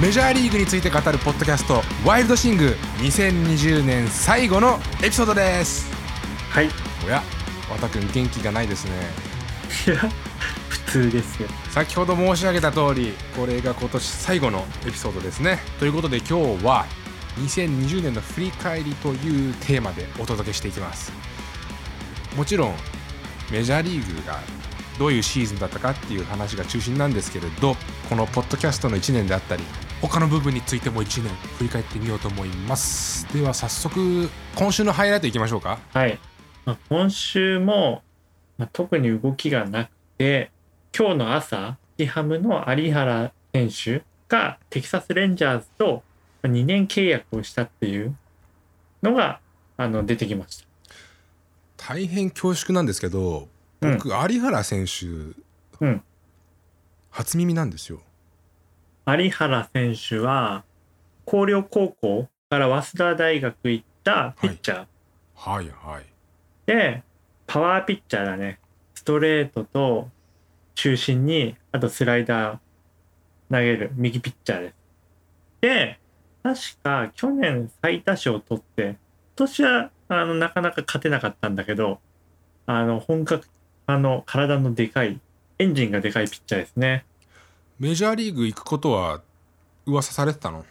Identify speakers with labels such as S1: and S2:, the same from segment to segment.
S1: メジャーリーグについて語るポッドキャスト「ワイルドシング」2020年最後のエピソードです
S2: はいい
S1: おや和田君元気がないですね
S2: や普通ですよ
S1: 先ほど申し上げた通りこれが今年最後のエピソードですねということで今日は2020年の振り返りというテーマでお届けしていきますもちろんメジャーリーグがどういうシーズンだったかっていう話が中心なんですけれどこのポッドキャストの1年であったり他の部分についても1年振り返ってみようと思いますでは早速今週のハイライトいきましょうか
S2: はい、まあ、今週も、まあ、特に動きがなくて今日の朝日ハムの有原選手がテキサス・レンジャーズと2年契約をしたっていうのがあの出てきまし
S1: 大変恐縮なんですけど
S2: た、うん
S1: 僕、有原選手、
S2: うん
S1: 初耳なんですよ
S2: 有原選手は広陵高校から早稲田大学行ったピッチャー、
S1: はいはい
S2: でパワーピッチャーだねストレートと中心にあとスライダー投げる右ピッチャーですで確か去年最多勝を取って今年はあのなかなか勝てなかったんだけどあの本格あの体のでかいエンジンがでかいピッチャーですね
S1: メジャーリーグ行くことは噂されてたの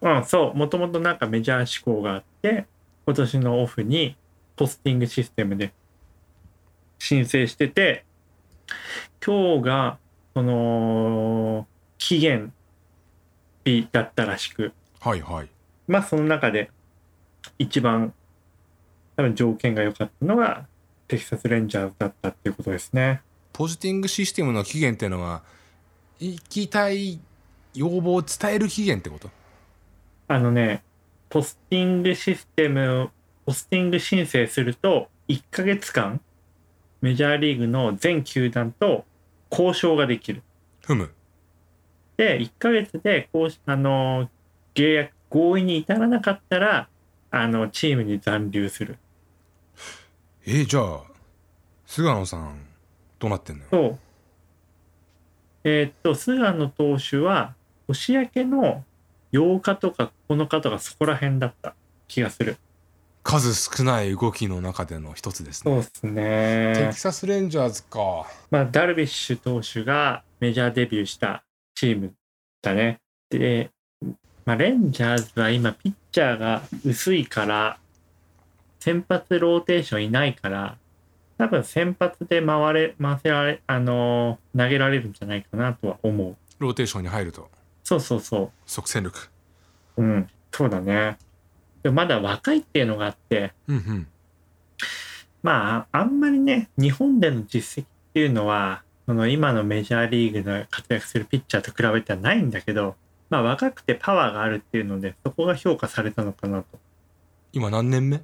S2: うん、そう、もともとなんかメジャー志向があって、今年のオフにポスティングシステムで申請してて、今日が、その、期限日だったらしく、
S1: はいはい
S2: まあその中で一番多分条件が良かったのがテキサスレンジャーズだったっていうことですね。
S1: ポジティングシステムの期限っていうのは行きたい要望を伝える期限ってこと
S2: あのね、ポスティングシステム、ポスティング申請すると、1ヶ月間、メジャーリーグの全球団と交渉ができる。
S1: ふむ
S2: で、1ヶ月でこうし、あの、契約、合意に至らなかったら、あの、チームに残留する。
S1: えーじゃあ菅野さんどうなってんのよ
S2: そう。えーっと、菅野投手は、年明けの8日とか9日とかそこら辺だった気がする。
S1: 数少ない動きの中での一つです
S2: そう
S1: ね
S2: ですね。
S1: テキサスレンジャーズか
S2: まあ、ダルビッシュ投手がメジャーデビューしたチームだね。で、まあ、レンジャーズは今、ピッチャーが薄いから、先発ローテーションいないから、多分先発で回れ、回せられ、あのー投げられるんじゃないかなとは思う。
S1: ローテーションに入ると
S2: そうそうそ
S1: 即戦力
S2: う。うん、そうだね。でもまだ若いっていうのがあって、
S1: うんうん
S2: まあ、あんまりね、日本での実績っていうのは、その今のメジャーリーグの活躍するピッチャーと比べてはないんだけど、まあ、若くてパワーがあるっていうので、そこが評価されたのかなと。
S1: 今何年目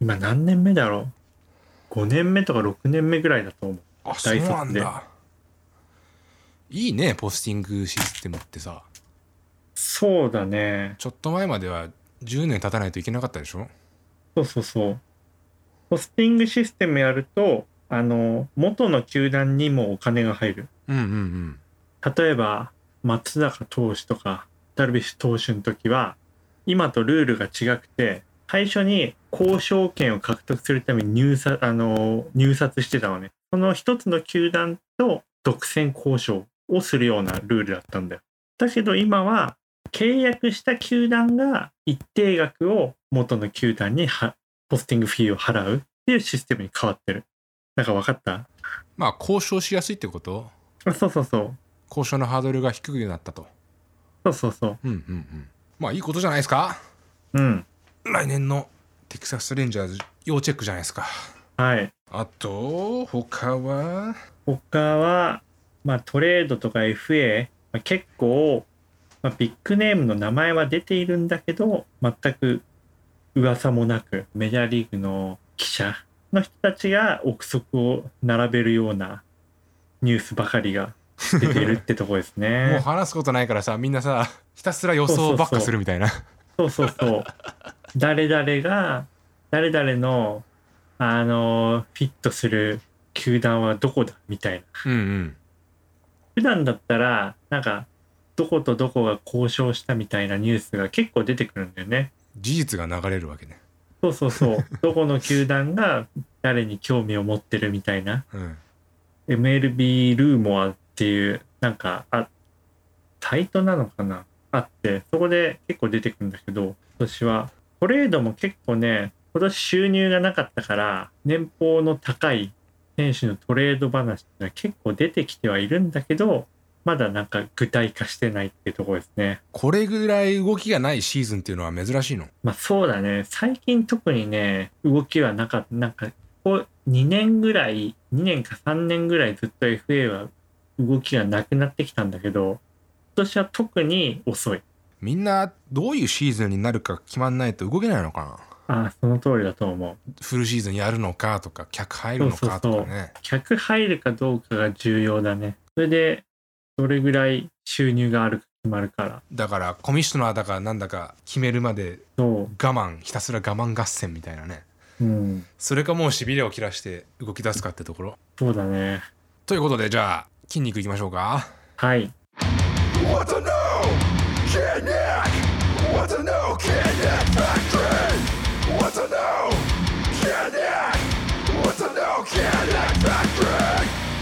S2: 今何年目だろう ?5 年目とか6年目ぐらいだと思う。
S1: あそう
S2: 大卒で
S1: なんだいいねポスティングシステムってさ
S2: そうだね。
S1: ちょっと前までは10年経たないといけなかったでしょ
S2: そうそうそう。ポスティングシステムやると、あの、元の球団にもお金が入る。
S1: うんうんうん
S2: 例えば松坂投手とかダルビッシュ投手の時は今とルールが違くて最初に交渉権を獲得するために入札あの入札してたのねその一つの球団と独占交渉をするようなルールだったんだよだけど今は契約した球団が一定額を元の球団にはポスティングフィーを払うっていうシステムに変わってるなんか分かった
S1: まあ交渉しやすいってこと
S2: あそうそうそう
S1: 交渉のハードルが低くなったと
S2: そうそうそう
S1: うんうんうんまあいいことじゃないですか
S2: うん
S1: 来年のテキサスレンジャーズ要チェックじゃないですか
S2: はい
S1: あと他は
S2: 他は、まあ、トレードとか FA、まあ、結構、まあ、ビッグネームの名前は出ているんだけど全く噂もなくメジャーリーグの記者の人たちが憶測を並べるようなニュースばかりが出ているってとこです
S1: もう
S2: ね。
S1: 話すことないからさみんなさひたすら予想ばっかするみたいな
S2: そうそうそう。誰々が誰々のあのフィットする球団はどこだみたいな。
S1: うんうん
S2: 普段だったらなんかどことどこが交渉したみたいなニュースが結構出てくるんだよね。
S1: 事実が流れるわけね。
S2: そうそうそう。どこの球団が誰に興味を持ってるみたいな。
S1: うん。
S2: MLB ルーモアっていう、なんか、あ、サイトなのかなあって、そこで結構出てくるんだけど、今年は。トレードも結構ね、今年収入がなかったから、年俸の高い選手のトレード話が結構出てきてはいるんだけど、まだなんか具体化してないっていうところですね。
S1: これぐらい動きがないシーズンっていうのは珍しいの。
S2: まあそうだね、最近特にね、動きはなかった、なんか、こう2年ぐらい、2年か3年ぐらいずっと FA は動きがなくなってきたんだけど、今年は特に遅い。
S1: みんなどういうシーズンになるか決まんないと動けないのかな。
S2: ああ、その通りだと思う。
S1: フルシーズンやるのかとか、客入るのかとかね。
S2: そうそ客入るかどうかが重要だね。それで、どれぐらい収入があるか決まるから。
S1: だから、コミッショナーだかなんだか決めるまで
S2: そ
S1: 我慢、ひたすら我慢合戦みたいなね。
S2: う、うん、
S1: それかもうしびれを切らして動き出すかってところ。
S2: そうだね。
S1: ということで、じゃあ、筋肉いきましょうか。
S2: はい。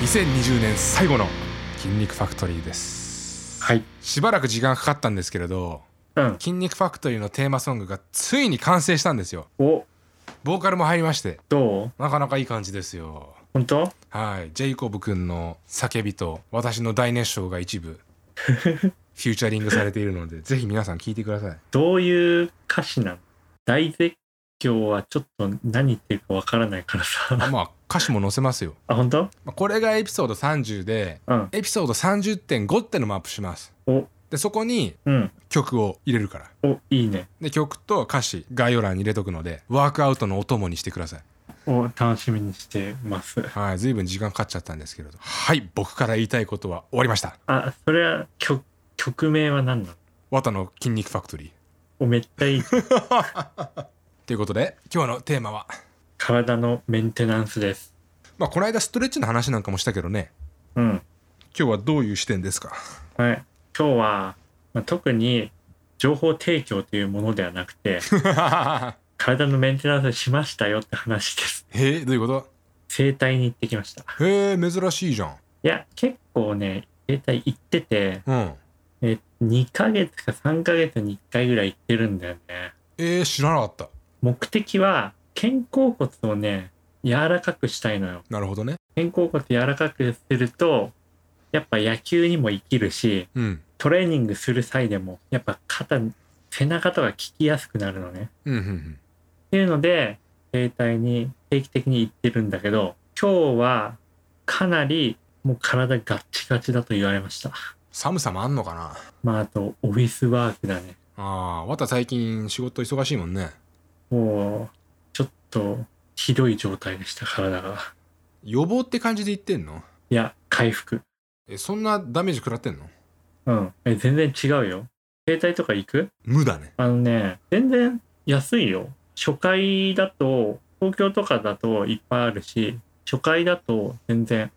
S1: 2020年最後の筋肉ファクトリーです。
S2: はい。
S1: しばらく時間かかったんですけれど、
S2: うん。
S1: 筋肉ファクトリーのテーマソングがついに完成したんですよ。
S2: お、
S1: ボーカルも入りまして、
S2: どう
S1: なかなかいい感じですよ。
S2: 本当
S1: はい、ジェイコブ君の叫びと私の大熱唱が一部フューチャリングされているのでぜひ皆さん聞いてください
S2: どういう歌詞なの大絶叫はちょっと何言ってるかわからないから
S1: あ
S2: さ。
S1: まあ歌詞も載せますよ
S2: あ、本当？
S1: まあこれがエピソード30で
S2: うん。
S1: エピソード30.5ってのもアップします
S2: お、
S1: でそこに
S2: うん。
S1: 曲を入れるから
S2: お、いいね。
S1: で曲と歌詞概要欄に入れとくのでワークアウトのお供にしてください
S2: お、楽しみにしてます。
S1: はい随分時間かかっちゃったんですけれどはい僕から言いたいことは終わりました
S2: あ、それは曲、曲名は何なの
S1: 綿の筋肉ファクトリー
S2: お、めっちゃいい。
S1: ということで今日のテーマは
S2: 体のメンテナンスです。
S1: まあこの間ストレッチの話なんかもしたけどね
S2: うん。
S1: 今日はどういう視点ですか
S2: はい。今日は、まあ、特に情報提供というものではなく て、体のメンテナンスしましたよって話です。
S1: えどういうこ
S2: 整体に行ってきました。
S1: とへえ珍しいじゃん
S2: いや、結構ね、整体行ってて、
S1: うん
S2: え、2ヶ月か3ヶ月に1回ぐらい行ってるんだよね。
S1: えー、知らなかった
S2: 目的は、肩甲骨をね、柔らかくしたいのよ。
S1: なるほどね
S2: 肩甲骨柔らかくすると、やっぱ野球にも生きるし、
S1: うん
S2: トレーニングする際でも、やっぱ肩、背中とか効きやすくなるのね。
S1: うんうんうん
S2: っていうので、整体に定期的に行ってるんだけど、今日はかなりもう体ガッチガチだと言われました。
S1: 寒さもあんのかな
S2: まあ、あと、オフィスワークだね。
S1: あーわた最近仕事忙しいもんね
S2: もう、ちょっと、ひどい状態でした、体が。
S1: 予防って感じで言ってんの
S2: いや、回復。
S1: えそんなダメージ食らってんの
S2: うん。え、全然違うよ。整体とか行く
S1: 無だね
S2: あのね、全然安いよ。初回だと、東京とかだといっぱいあるし、初回だと全然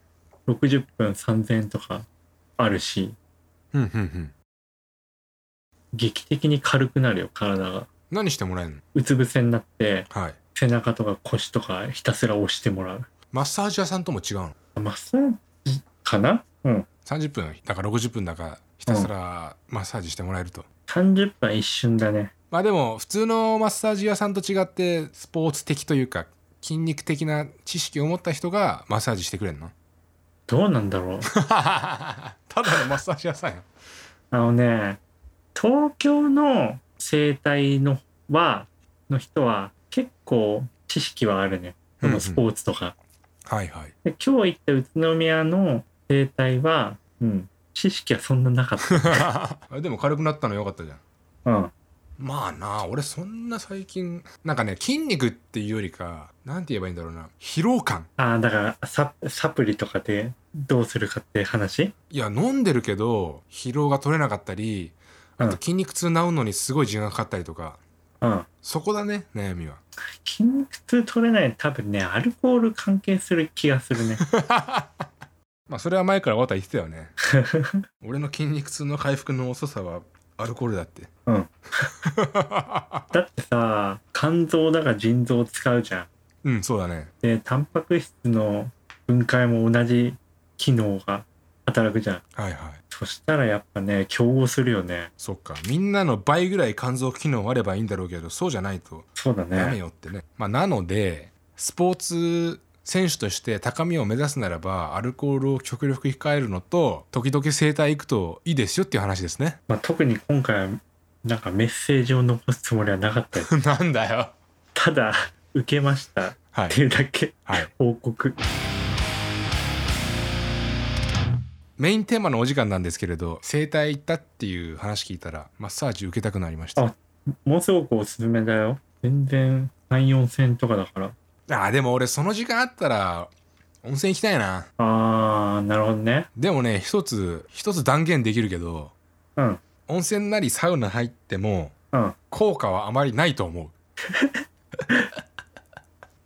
S2: 60分3000円とかあるし、
S1: うんうんうん
S2: 劇的に軽くなるよ、体が。
S1: 何してもらえるの
S2: うつ伏せになって、
S1: はいう
S2: 背中とか腰とかひたすら押してもらう。
S1: マッサージ屋さんとも違うの
S2: マッサージかなうん。
S1: 30分だか60分だかひたすらマッサージしてもらえると、
S2: 30分一瞬だね。
S1: まあでも普通のマッサージ屋さんと違ってスポーツ的というか筋肉的な知識を持った人がマッサージしてくれるの
S2: どうなんだろう。
S1: ただのマッサージ屋さんや
S2: あのね、東京の生態のは、の人は結構知識はあるね。そ
S1: うんう
S2: の
S1: ん
S2: スポーツとか。
S1: はい はい
S2: で今日行った宇都宮の生態は、うん、知識はそんななか った。
S1: あでも軽くなったのよかったじゃん
S2: うん。
S1: まあな俺そんな最近なんかね筋肉っていうよりかなんて言えばいいんだろうな疲労感
S2: ああ、だからサ、サプリとかでどうするかって話
S1: いや飲んでるけど疲労が取れなかったりあと
S2: うん
S1: 筋肉痛治るのにすごい時間がかかったりとか
S2: うん。
S1: そこだね悩みは
S2: 筋肉痛取れないの多分ね、アルコール関係する気がするね。
S1: まあそれは前からわた言ってたよね 俺の筋肉痛の回復の遅さはアルコールだって
S2: だってさ肝臓だが腎臓を使うじゃん
S1: うんそうだね
S2: でタンパク質の分解も同じ機能が働くじゃん
S1: はいはい
S2: そしたらやっぱね競合するよね
S1: そっかみんなの倍ぐらい肝臓機能あればいいんだろうけどそうじゃないと
S2: そうだ
S1: ダメ
S2: ね
S1: よってねまあなのでスポーツ選手として高みを目指すならばアルコールを極力控えるのと時々整体行くといいですよっていう話ですね
S2: まあ、特に今回はなんかメッセージを残すつもりはなかったよ
S1: なんだよ
S2: ただ受けましたっ
S1: はい
S2: ていうだけ
S1: はい
S2: 報告
S1: メインテーマのお時間なんですけれど整体行ったっていう話聞いたらマッサージ受けたくなりました
S2: あもうすごくおすすめだよ全然34千とかだから
S1: あーでも俺その時間あったら温泉行きたいな
S2: あーなるほどね
S1: でもね一つ一つ断言できるけど
S2: うん
S1: 温泉なりサウナ入っても
S2: うん
S1: 効果はあまりないと思う
S2: だか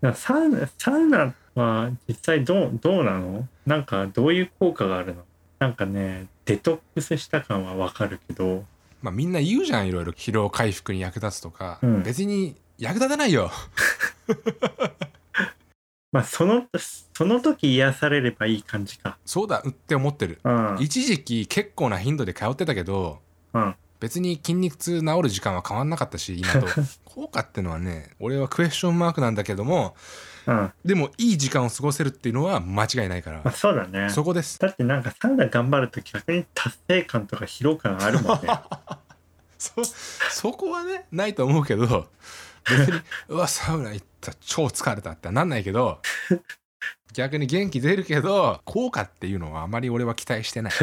S2: らサウナサウナは実際どうどうなのなんかどういう効果があるのなんかねデトックスした感はわかるけど
S1: まあみんな言うじゃんいろいろ疲労回復に役立つとか、
S2: うん
S1: 別に役立たないよ
S2: まあそのその時癒されればいい感じか
S1: そうだって思ってる
S2: うん
S1: 一時期結構な頻度で通ってたけど、
S2: うん
S1: 別に筋肉痛治る時間は変わんなかったし今 と効果ってのはね俺はクエスチョンマークなんだけども
S2: うんま
S1: でもいい時間を過ごせるっていうのは間違いないから
S2: あそうだね
S1: そこです
S2: だってなんかサウナ頑張ると逆に達成感とか疲労感ある もんね
S1: そそこはねないと思うけど別 にうわサウナ行った超疲れたってなんないけど逆に元気出るけど効果っていうのはあまり俺は期待してない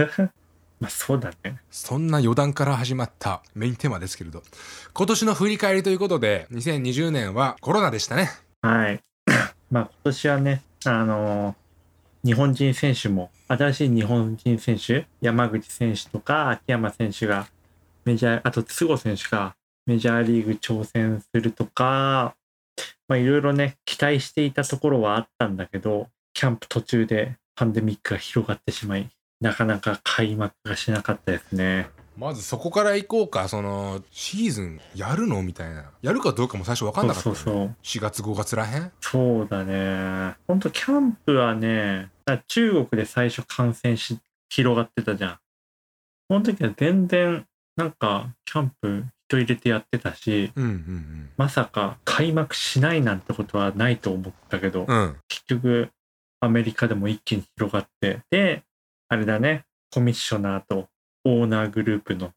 S2: まあそうだね
S1: そんな余談から始まったメインテーマですけれど今年の振り返りということで2020年はコロナでしたね
S2: はい まあ今年はねあのー日本人選手も新しい日本人選手山口選手とか秋山選手がメジャーあと津合選手がメジャーリーグ挑戦するとかまあいろいろね期待していたところはあったんだけどキャンプ途中でパンデミックが広がってしまいなかなか開幕がしなかったですね
S1: まずそこから行こうかそのシーズンやるのみたいなやるかどうかも最初分かん
S2: そう
S1: なかった
S2: そ
S1: よ
S2: う
S1: ね、
S2: そ
S1: 4
S2: う
S1: 月5月らへん
S2: そうだね。ほんと、キャンプはね、だから中国で最初感染し、広がってたじゃん。その時は全然、なんか、キャンプ人入れてやってたし、
S1: うんうん
S2: まさか開幕しないなんてことはないと思ったけど、
S1: うんうん
S2: 結局、アメリカでも一気に広がって、で、あれだね、コミッショナーとオーナーグループの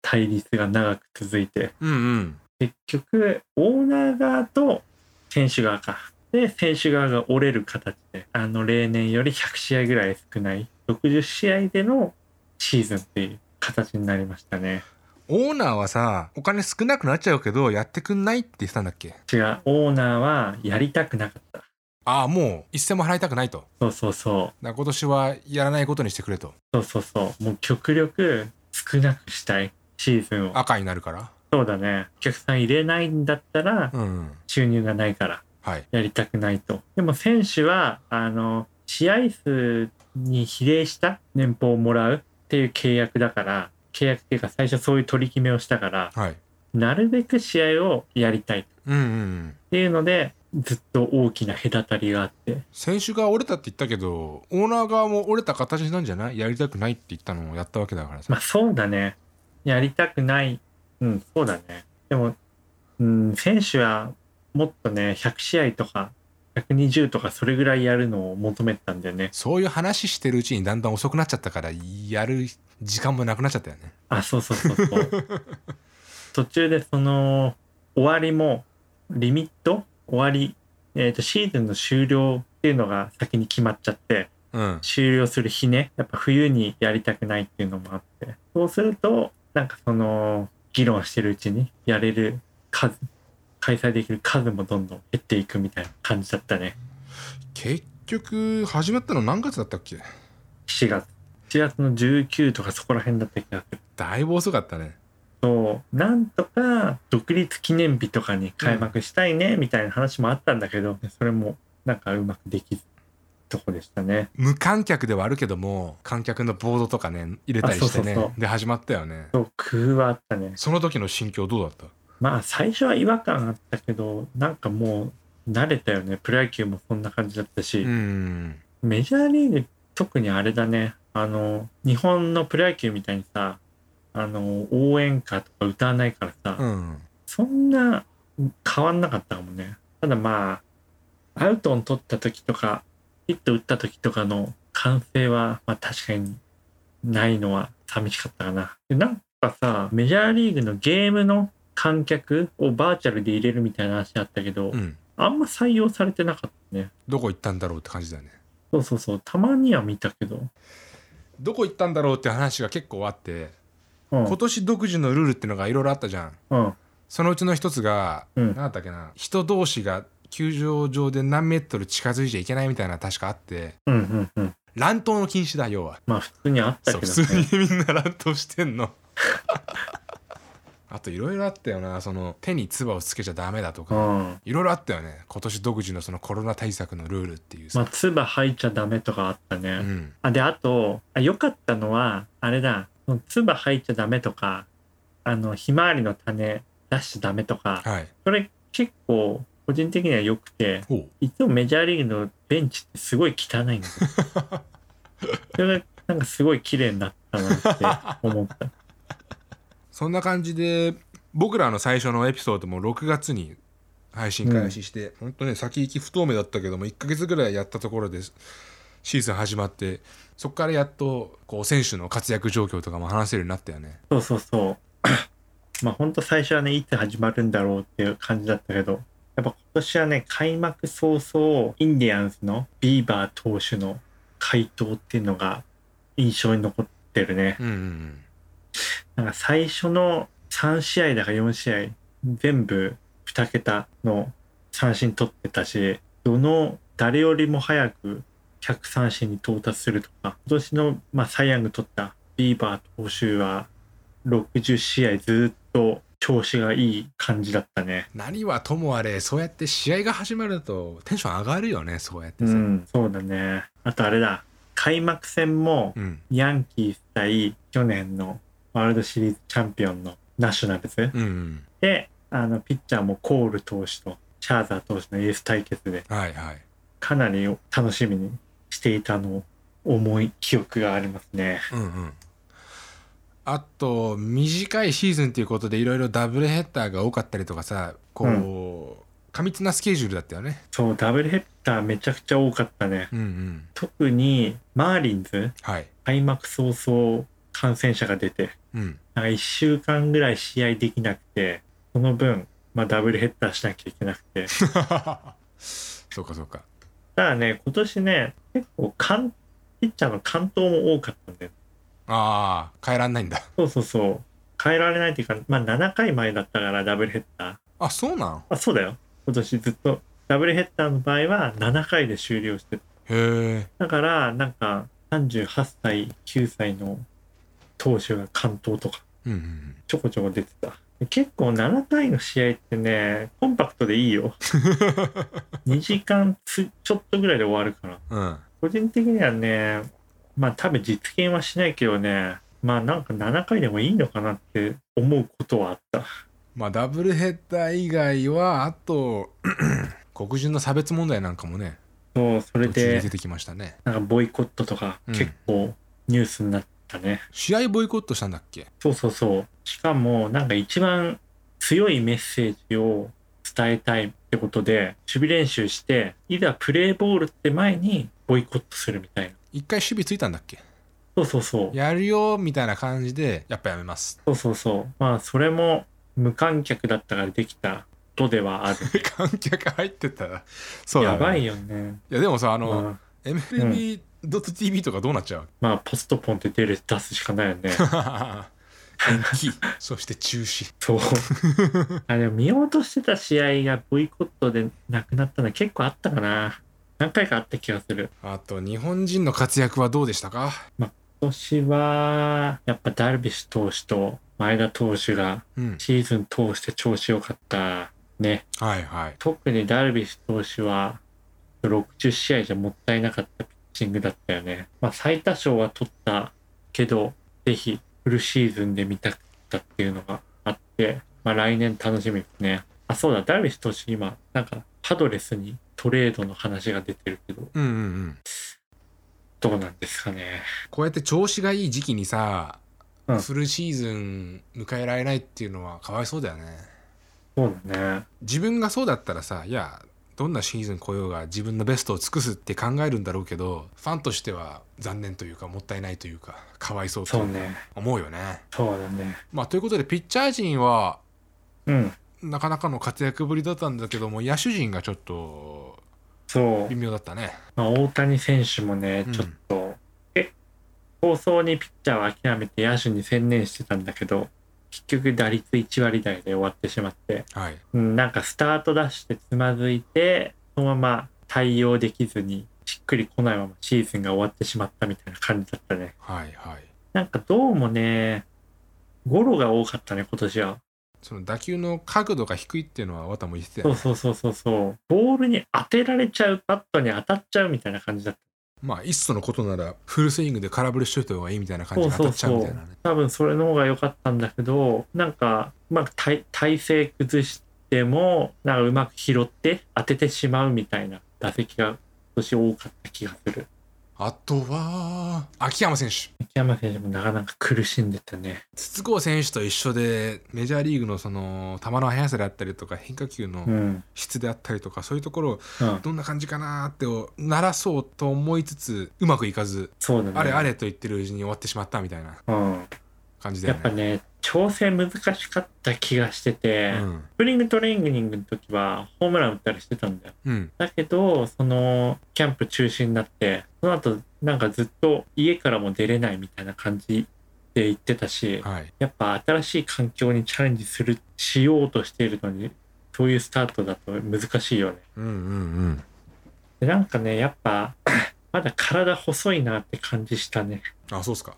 S2: 対立が長く続いて、
S1: うんうん
S2: 結局オーナー側と選手側かで選手側が折れる形であの例年より100試合ぐらい少ない60試合でのシーズンっていう形になりましたね
S1: オーナーはさお金少なくなっちゃうけどやってくんないって言ってたんだっけ
S2: 違うオーナーはやりたくなかった
S1: ああもう一銭も払いたくないとだか
S2: そうそうそ
S1: ら今年はやらないことにしてくれと
S2: うそうそうそうもう極力少なくしたいシーズンを
S1: 赤になるから
S2: そうだねお客さん入れないんだったら
S1: うんうん
S2: 収入がないから
S1: はい
S2: やりたくないと。でも選手は、あの、試合数に比例した年俸をもらうっていう契約だから、契約っていうか最初そういう取り決めをしたから、
S1: はい
S2: なるべく試合をやりたいっ
S1: うんうんうん
S2: ていうので、ずっと大きな隔たりがあって。
S1: 選手が折れたって言ったけどオーナー側も折れた形なんじゃないやりたくないって言ったのをやったわけだからさ
S2: まあそうだね。やりたくない。うん、そうだね。でも、うん、選手はもっとね、100試合とか、120とかそれぐらいやるのを求めてたんだよね。
S1: そういう話してるうちにだんだん遅くなっちゃったからやる時間もなくなっちゃったよね
S2: あそうそうそうそう途中でその終わりもリミット終わり、えー、とシーズンの終了っていうのが先に決まっちゃって
S1: うん
S2: 終了する日ねやっぱ冬にやりたくないっていうのもあってそうするとなんかその議論してるうちにやれる数開催できる数もどんどん減っていくみたいな感じだったね
S1: 結局始まったの何月だったっけ
S2: 7月7月の19とかそこら辺だった気がする
S1: だいぶ遅かったね
S2: そうなんとか独立記念日とかに開幕したいねみたいな話もあったんだけど、それもなんかうまくできずとこでしたね。
S1: 無観客ではあるけども観客のボードとかね入れたりしてね
S2: あそうそうそ
S1: で始まったよね
S2: そう、工夫はあったね。
S1: その時の心境どうだった
S2: まあ、最初は違和感あったけど、なんかもう慣れたよね。プロ野球もそんな感じだったし、
S1: うん
S2: メジャーリーグ特にあれだね。あの、日本のプロ野球みたいにさ、あの、応援歌とか歌わないからさ、
S1: うん
S2: そんな変わんなかったかもね。ただまあ、アウトを取った時とか、ヒット打った時とかの歓声は、まあ確かにないのは寂しかったかな。でなんかさ、メジャーリーグのゲームの観客をバーチャルで入れるみたいな話あったけど、
S1: うん
S2: あんま採用されてなかったね。
S1: どこ行ったんだろうって感じだよね
S2: そうそうそう、たまには見たけど。
S1: どこ行ったんだろうって話が結構あって
S2: うん、
S1: 今年独自のルールってのがいろいろあったじゃん
S2: うん、
S1: そのうちの一つが
S2: うん
S1: 何、だったっけな人同士が球場上で何メートル近づいちゃいけないみたいなの確かあって
S2: うん、うん、うん。
S1: 乱闘の禁止だ要は
S2: まあ普通にあった
S1: そう
S2: け
S1: 普
S2: ど、
S1: 通
S2: ね。
S1: にみんな乱闘してんの あといろいろあったよなその手に唾をつけちゃダメだと
S2: う
S1: か
S2: ん。
S1: いろいろあったよね今年独自のそのコロナ対策のルールっていう
S2: ま
S1: さ、
S2: あ、唾吐いちゃダメとかあったね。
S1: うん、
S2: あであとあ良かったのはあれだその唾入っちゃダメとかあのひまわりの種出しちゃダメとか
S1: はい
S2: それ結構個人的には良くて
S1: おう
S2: いつもメジャーリーグのベンチってすごい汚いんで すよそれがなんかすごい綺麗になったなって思った
S1: そんな感じで僕らの最初のエピソードも6月に配信開始して、ほんとね先行き不透明だったけども1ヶ月ぐらいやったところでシーズン始まってそこからやっとこう選手の活躍状況とかも話せるようになったよね
S2: そうそうそう まあほんと最初はねいつ始まるんだろうっていう感じだったけどやっぱ今年はね開幕早々インディアンスのビーバー投手の回答っていうのが印象に残ってるね
S1: うんうんうん
S2: なんか最初の3試合だか4試合全部2桁の三振取ってたしどの誰よりも早く100三振に到達するとか今年の、まあ、サイ・ヤング取ったビーバー投手は60試合ずっと調子がいい感じだったね。
S1: 何はともあれそうやって試合が始まるとテンション上がるよねそうやって
S2: う
S1: さ、
S2: ん、そうだね。あとあれだ開幕戦も
S1: うん
S2: ヤンキース対去年のワールドシリーズチャンピオンのナショナルズ
S1: うんうん
S2: で、あの、ピッチャーもコール投手とシャーザー投手のエース対決で、
S1: はいはい
S2: かなり楽しみにしていたのを思い記憶がありますね。
S1: うんうんあと短いシーズンっていうことでいろいろダブルヘッダーが多かったりとかさこう、過密なスケジュールだったよね
S2: そう、ダブルヘッダーめちゃくちゃ多かったね。
S1: うんうん
S2: 特に、マーリンズ、
S1: はい
S2: 開幕早々感染者が出て、
S1: うん
S2: なんか1週間ぐらい試合できなくて、その分、まあ、ダブルヘッダーしなきゃいけなくて。
S1: そうかそうか
S2: ただね、今年ね、結構かん、ピッチャーの完投も多かったんだよね
S1: ああ変えらんないんだ
S2: そうそうそう。変えられないっていうか、まあ7回前だったからダブルヘッダー。
S1: あそうなん
S2: あ、そうだよ。今年ずっとダブルヘッダーの場合は7回で終了して
S1: へ
S2: た
S1: え
S2: だから、なんか38歳、9歳の投手が完投とか
S1: うんうん
S2: ちょこちょこ出てた。で結構7回の試合ってね、コンパクトでいいよ。2時間つちょっとぐらいで終わるから。
S1: うんうん
S2: 個人的にはね、まあ多分実現はしないけどね、まあなんか7回でもいいのかなって思うことはあった。
S1: まあダブルヘッダー以外はあと 黒人の差別問題なんかもね
S2: そう、それ
S1: 途中で出
S2: で、
S1: てきましたね
S2: なんかボイコットとか
S1: うん
S2: 結構ニュースになったね。
S1: 試合ボイコットしたんだっけ
S2: そうそうそう。しかも、なんか一番強いメッセージを伝えたいってことで、守備練習して、いざプレーボールって前にボイコットするみたいな。
S1: 一回守備ついたんだっけ
S2: そうそうそう。
S1: やるよみたいな感じでやっぱやめます
S2: そうそうそう。まあ、それも無観客だったからできたことではある。
S1: 観客入ってたらそうだ、ね、
S2: やばい
S1: よ
S2: よね。
S1: いやでもさあ
S2: ま
S1: の、
S2: あ、
S1: MLB.tv とかどうなっちゃう
S2: まあ、ポストポンって出る、出すしかないよね。
S1: 延 期そして中止
S2: そう。あれ、見ようとしてた試合がボイコットでなくなったの結構あったかな。何回かあった気がする。
S1: あと日本人の活躍はどうでしたか
S2: 今年は、やっぱダルビッシュ投手と前田投手が
S1: うん
S2: シーズン通して調子良かったね。
S1: はいはい
S2: 特にダルビッシュ投手は、 60試合じゃもったいなかったピッチングだったよね。まあ、最多勝は取ったけど、ぜひフルシーズンで見たかったっていうのがあって、まあ、来年楽しみですね。あ、そうだ、ダルビッシュ投手今、なんかパドレスにトレードの話が出てるけど、
S1: うんうんうん
S2: どうなんですかね。
S1: こうやって調子がいい時期にさ、
S2: うん
S1: フルシーズン迎えられないっていうのはかわいそうだよね
S2: そうだね。
S1: 自分がそうだったらさいやどんなシーズン来ようが自分のベストを尽くすって考えるんだろうけどファンとしては残念というかもったいないというかかわいそうと
S2: そうね。
S1: 思うよね。
S2: そうだね。
S1: まあ、ということでピッチャー陣は
S2: うん。
S1: なかなかの活躍ぶりだったんだけども野手陣がちょっと
S2: そう
S1: 微。妙だったね。
S2: まあ、大谷選手もね
S1: う、ん
S2: ちょっと、え早々にピッチャーを諦めて野手に専念してたんだけど、結局打率1割台で終わってしまって、
S1: はい、
S2: うん、なんかスタートダッシュでつまずいて、そのまま対応できずに、しっくり来ないままシーズンが終わってしまったみたいな感じだったね。
S1: はい、はい
S2: なんかどうもね、ゴロが多かったね、今年は。
S1: その打球の角度が低いっていうのは綿も言ってた
S2: そ
S1: よ
S2: う
S1: ね。
S2: そうそうそうそう。ボールに当てられちゃう、バットに当たっちゃうみたいな感じだった。
S1: まあいっそのことならフルスイングで空振りしといた方がいいみたいな感じが当たっちゃうみたいなね。
S2: 多分それの方が良かったんだけどなんかうまく体体勢崩してもなんかうまく拾って当ててしまうみたいな打席が今年多かった気がする
S1: あとは秋山選手
S2: 秋山選手もなかなか苦しんでたね
S1: 筒香選手と一緒でメジャーリーグのその球の速さであったりとか変化球の
S2: うん
S1: 質であったりとかそういうところを
S2: うん
S1: どんな感じかなーってを鳴らそうと思いつつうまくいかず
S2: そうだね
S1: あれあれと言ってるうちに終わってしまったみたいな
S2: うん
S1: 感じだ
S2: や
S1: よ
S2: っぱ
S1: ね。
S2: ね調整難しかった気がしてて、
S1: うん
S2: スプリングトレーニングの時はホームラン打ったりしてたんだよ
S1: うん
S2: だけど、その、キャンプ中止になって、その後、なんかずっと家からも出れないみたいな感じで言ってたし、
S1: はい
S2: やっぱ新しい環境にチャレンジする、しようとしているのに、そういうスタートだと難しいよね。
S1: うんうんうん
S2: でなんかね、やっぱ、 まだ体細いなって感じしたね。
S1: あそうっすか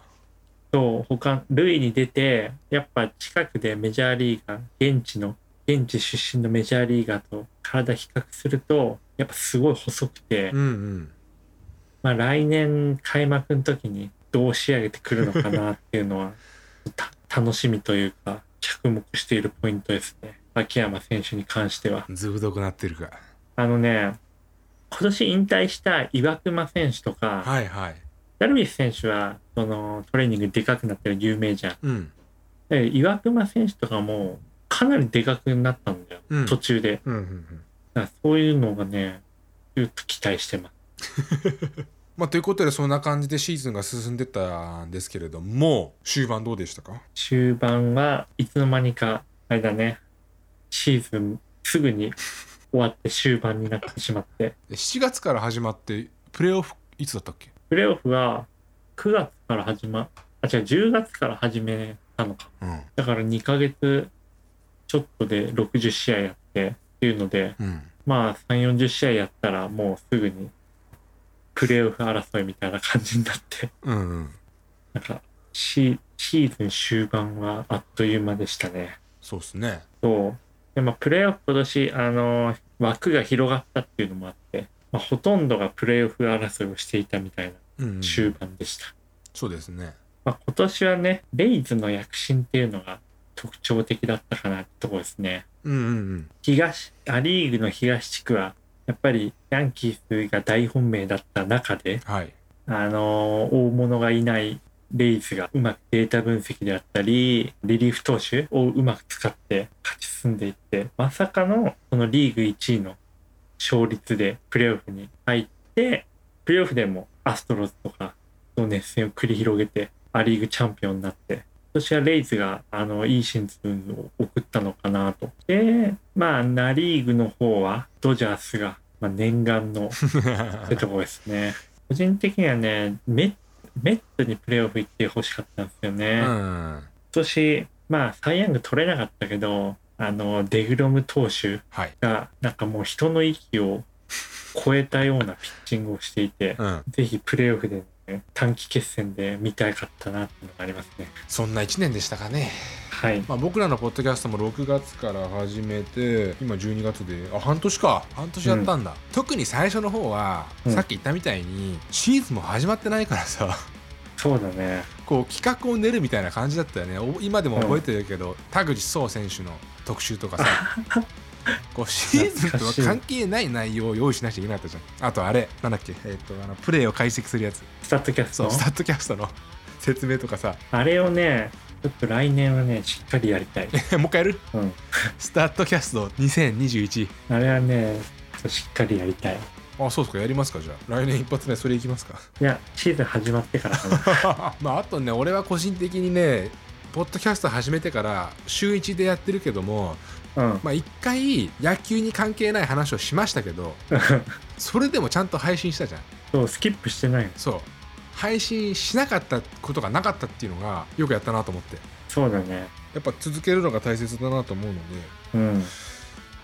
S2: そう、他、塁に出て、やっぱ近くでメジャーリーガー、現地の、現地出身のメジャーリーガーと体比較すると、やっぱすごい細くて、
S1: うんうん
S2: まあ、来年開幕の時にどう仕上げてくるのかなっていう のはた楽しみというか着目しているポイントですね秋山選手に関しては
S1: ずぶどくなってるか
S2: あのね今年引退した岩隈選手とか
S1: はいはい
S2: ダルビッシュ選手はそのトレーニングでかくなってる有名じゃん
S1: うん
S2: で岩隈選手とかもかなりでかくなったんだよ、
S1: うん
S2: 途中で
S1: うんうんうん
S2: だからそういうのがねちょっと期待してます
S1: まあということでそんな感じでシーズンが進んでったんですけれども終盤どうでしたか
S2: 終盤はいつの間にかあれだねシーズンすぐに終わって終盤になってしまって
S1: え7月から始まってプレーオフいつだったっけ
S2: プレーオフが9月から始まあ違う10月から始めたのか
S1: うん
S2: だから2ヶ月ちょっとで60試合やってっていうので
S1: うん
S2: まあ3 4 0試合やったらもうすぐにプレーオフ争いみたいな感じになって
S1: うんうん
S2: なんかシシーズン終盤はあっという間でしたね。
S1: そうっすね
S2: そう。で、まあ、プレーオフ今年、あのー枠が広がったっていうのもあって、まあ、ほとんどがプレーオフ争いをしていたみたい
S1: うん、うん
S2: な、終盤でした。
S1: そうですね
S2: まあ、今年はね、レイズの躍進っていうのが特徴的だったかなってとこですね。
S1: うんうんうん
S2: 東、ア・リーグの東地区は、やっぱりヤンキースが大本命だった中で、
S1: はい
S2: あのー大物がいないレイズがうまくデータ分析であったり、リリーフ投手をうまく使って勝ち進んでいって、まさかのそのリーグ1位の勝率でプレーオフに入って、プレーオフでもアストロズとかの熱戦を繰り広げて、ア・リーグチャンピオンになって、今年はレイズがあのいいシーズンを送ったのかなと。で、まあ、ナ・リーグの方はドジャースが、まあ、念願のってとこですね。個人的にはね、メメッツにプレーオフ行ってほしかったんですよ
S1: う
S2: ね。今
S1: ん
S2: 年、まあ、サイ・ヤング取れなかったけど、あの、デグロム投手
S1: はい
S2: が、なんかもう人の域を超えたようなピッチングをしていて、
S1: うん
S2: ぜひプレーオフでね、短期決戦で見たかったなっていうのがありますね。
S1: そんな1年でしたかね
S2: はい。
S1: まあ、僕らのポッドキャストも6月から始めて今12月であ半年か半年やったんだ、特に最初の方は、
S2: うん
S1: さっき言ったみたいにシーズンも始まってないからさ
S2: そうだね。
S1: こう企画を練るみたいな感じだったよねお今でも覚えてるけど、田口壮選手の特集とかさ こうシーズンとは関係ない内容を用意しなきゃいけなかったじゃんあとあれなんだっけ、えっとあのプレーを解析するやつ
S2: スタッドキャス
S1: そう
S2: ト
S1: スタッドキャストの 説明とかさ
S2: あれをね、ちょっと来年はね、しっかりやりたい。
S1: もう一回やる
S2: うん。
S1: スタッドキャスト2021
S2: あれはね、そうしっかりやりたい。
S1: あそうですかやりますかじゃあ来年一発目それいきます か
S2: いや、シーズン始まってからかな
S1: まああとね俺は個人的にねポッドキャスト始めてから週1でやってるけども
S2: うん。
S1: まあ一回野球に関係ない話をしましたけ どそれでもちゃんと配信したじゃん
S2: そう、スキップしてないの。
S1: そう配信しなかったことがなかったっていうのがよくやったなと思って
S2: そうだね。
S1: やっぱ続けるのが大切だなと思うので
S2: うん。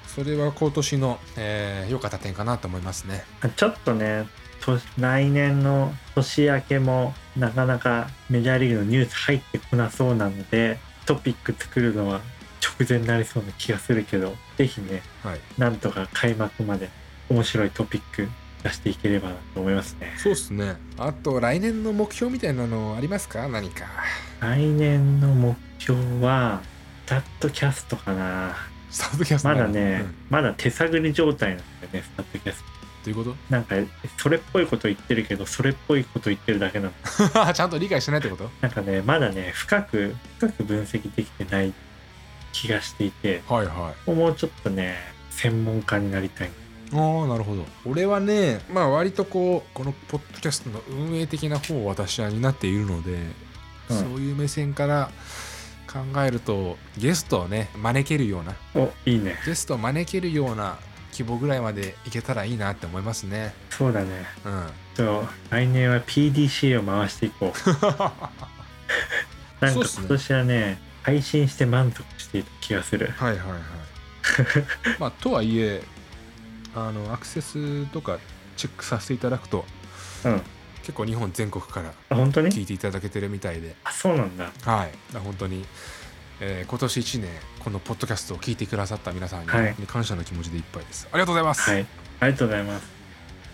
S1: それは今年のえー良かった点かなと思いますね
S2: ちょっとね、と来年の年明けもなかなかメジャーリーグのニュース入ってこなそうなので、トピック作るのは直前になりそうな気がするけど、ぜひね、
S1: はい
S2: なんとか開幕まで面白いトピック出していければなと思いますね。
S1: そうっすねあと来年の目標みたいなのありますか何か
S2: 来年の目標は、スタッドキャストかな。
S1: スタートキャスト
S2: ま
S1: なの
S2: だね、
S1: うん
S2: まだ手探り状態なんだよね、スタッドキャスト。
S1: どういうこ
S2: なんか、それっぽいこと言ってるけど、それっぽいこと言ってるだけなの。
S1: と ちゃんと理解してないってこと
S2: なんかね、まだね、深く、深く分析できてない気がしていて、
S1: はいはい
S2: もうちょっとね、専門家になりたい。
S1: ああなるほど俺はねまあ割とこうこのポッドキャストの運営的な方を私は担っているので、
S2: うん
S1: そういう目線から考えるとゲストをね招けるような
S2: お、いいね。
S1: ゲストを招けるような規模ぐらいまでいけたらいいなって思いますね
S2: そうだね。
S1: うん
S2: そう、来年は PDCA を回していこう。
S1: は
S2: なん
S1: そう
S2: か
S1: っすね
S2: 今年はね、配信して満足していた気がする。
S1: いはいはいまあとはいえあのアクセスとかチェックさせていただくと
S2: うん。
S1: 結構日本全国から
S2: あ、本当
S1: 聞
S2: に
S1: いていただけてるみたいで、
S2: あ、そうなんだ。
S1: はい、本当に、えー今年1年このポッドキャストを聞いてくださった皆さんに、
S2: はい
S1: 本当に感謝の気持ちでいっぱいですありがとうございます、
S2: はい。ありがとうございます。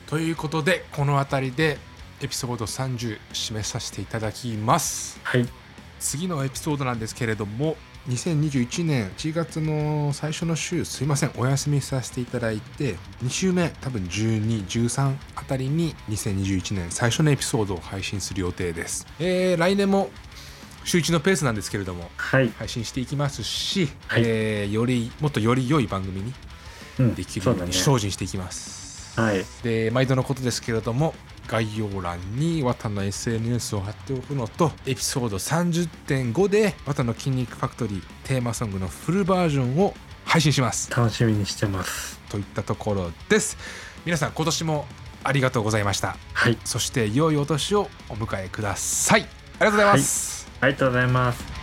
S1: ということでこの辺りでエピソード30締めさせていただきます
S2: はい。
S1: 次のエピソードなんですけれども2021年1月の最初の週すいませんお休みさせていただいて2週目多分1213あたりに2021年最初のエピソードを配信する予定です、えー来年も週1のペースなんですけれども
S2: はい。
S1: 配信していきますし、
S2: はい
S1: えーよりもっとより良い番組に
S2: うん。
S1: できる
S2: そ
S1: よ
S2: う
S1: う
S2: だ
S1: に
S2: ね。
S1: 精進していきます、
S2: はい。
S1: で毎度のことですけれども概要欄にワタの SNS を貼っておくのとエピソード30.5でワタの筋肉ファクトリーテーマソングのフルバージョンを配信します
S2: 楽しみにしてます。
S1: といったところです皆さん今年もありがとうございました
S2: はい。
S1: そして良いお年をお迎えくださいありがとうございます、
S2: ありがとうございます。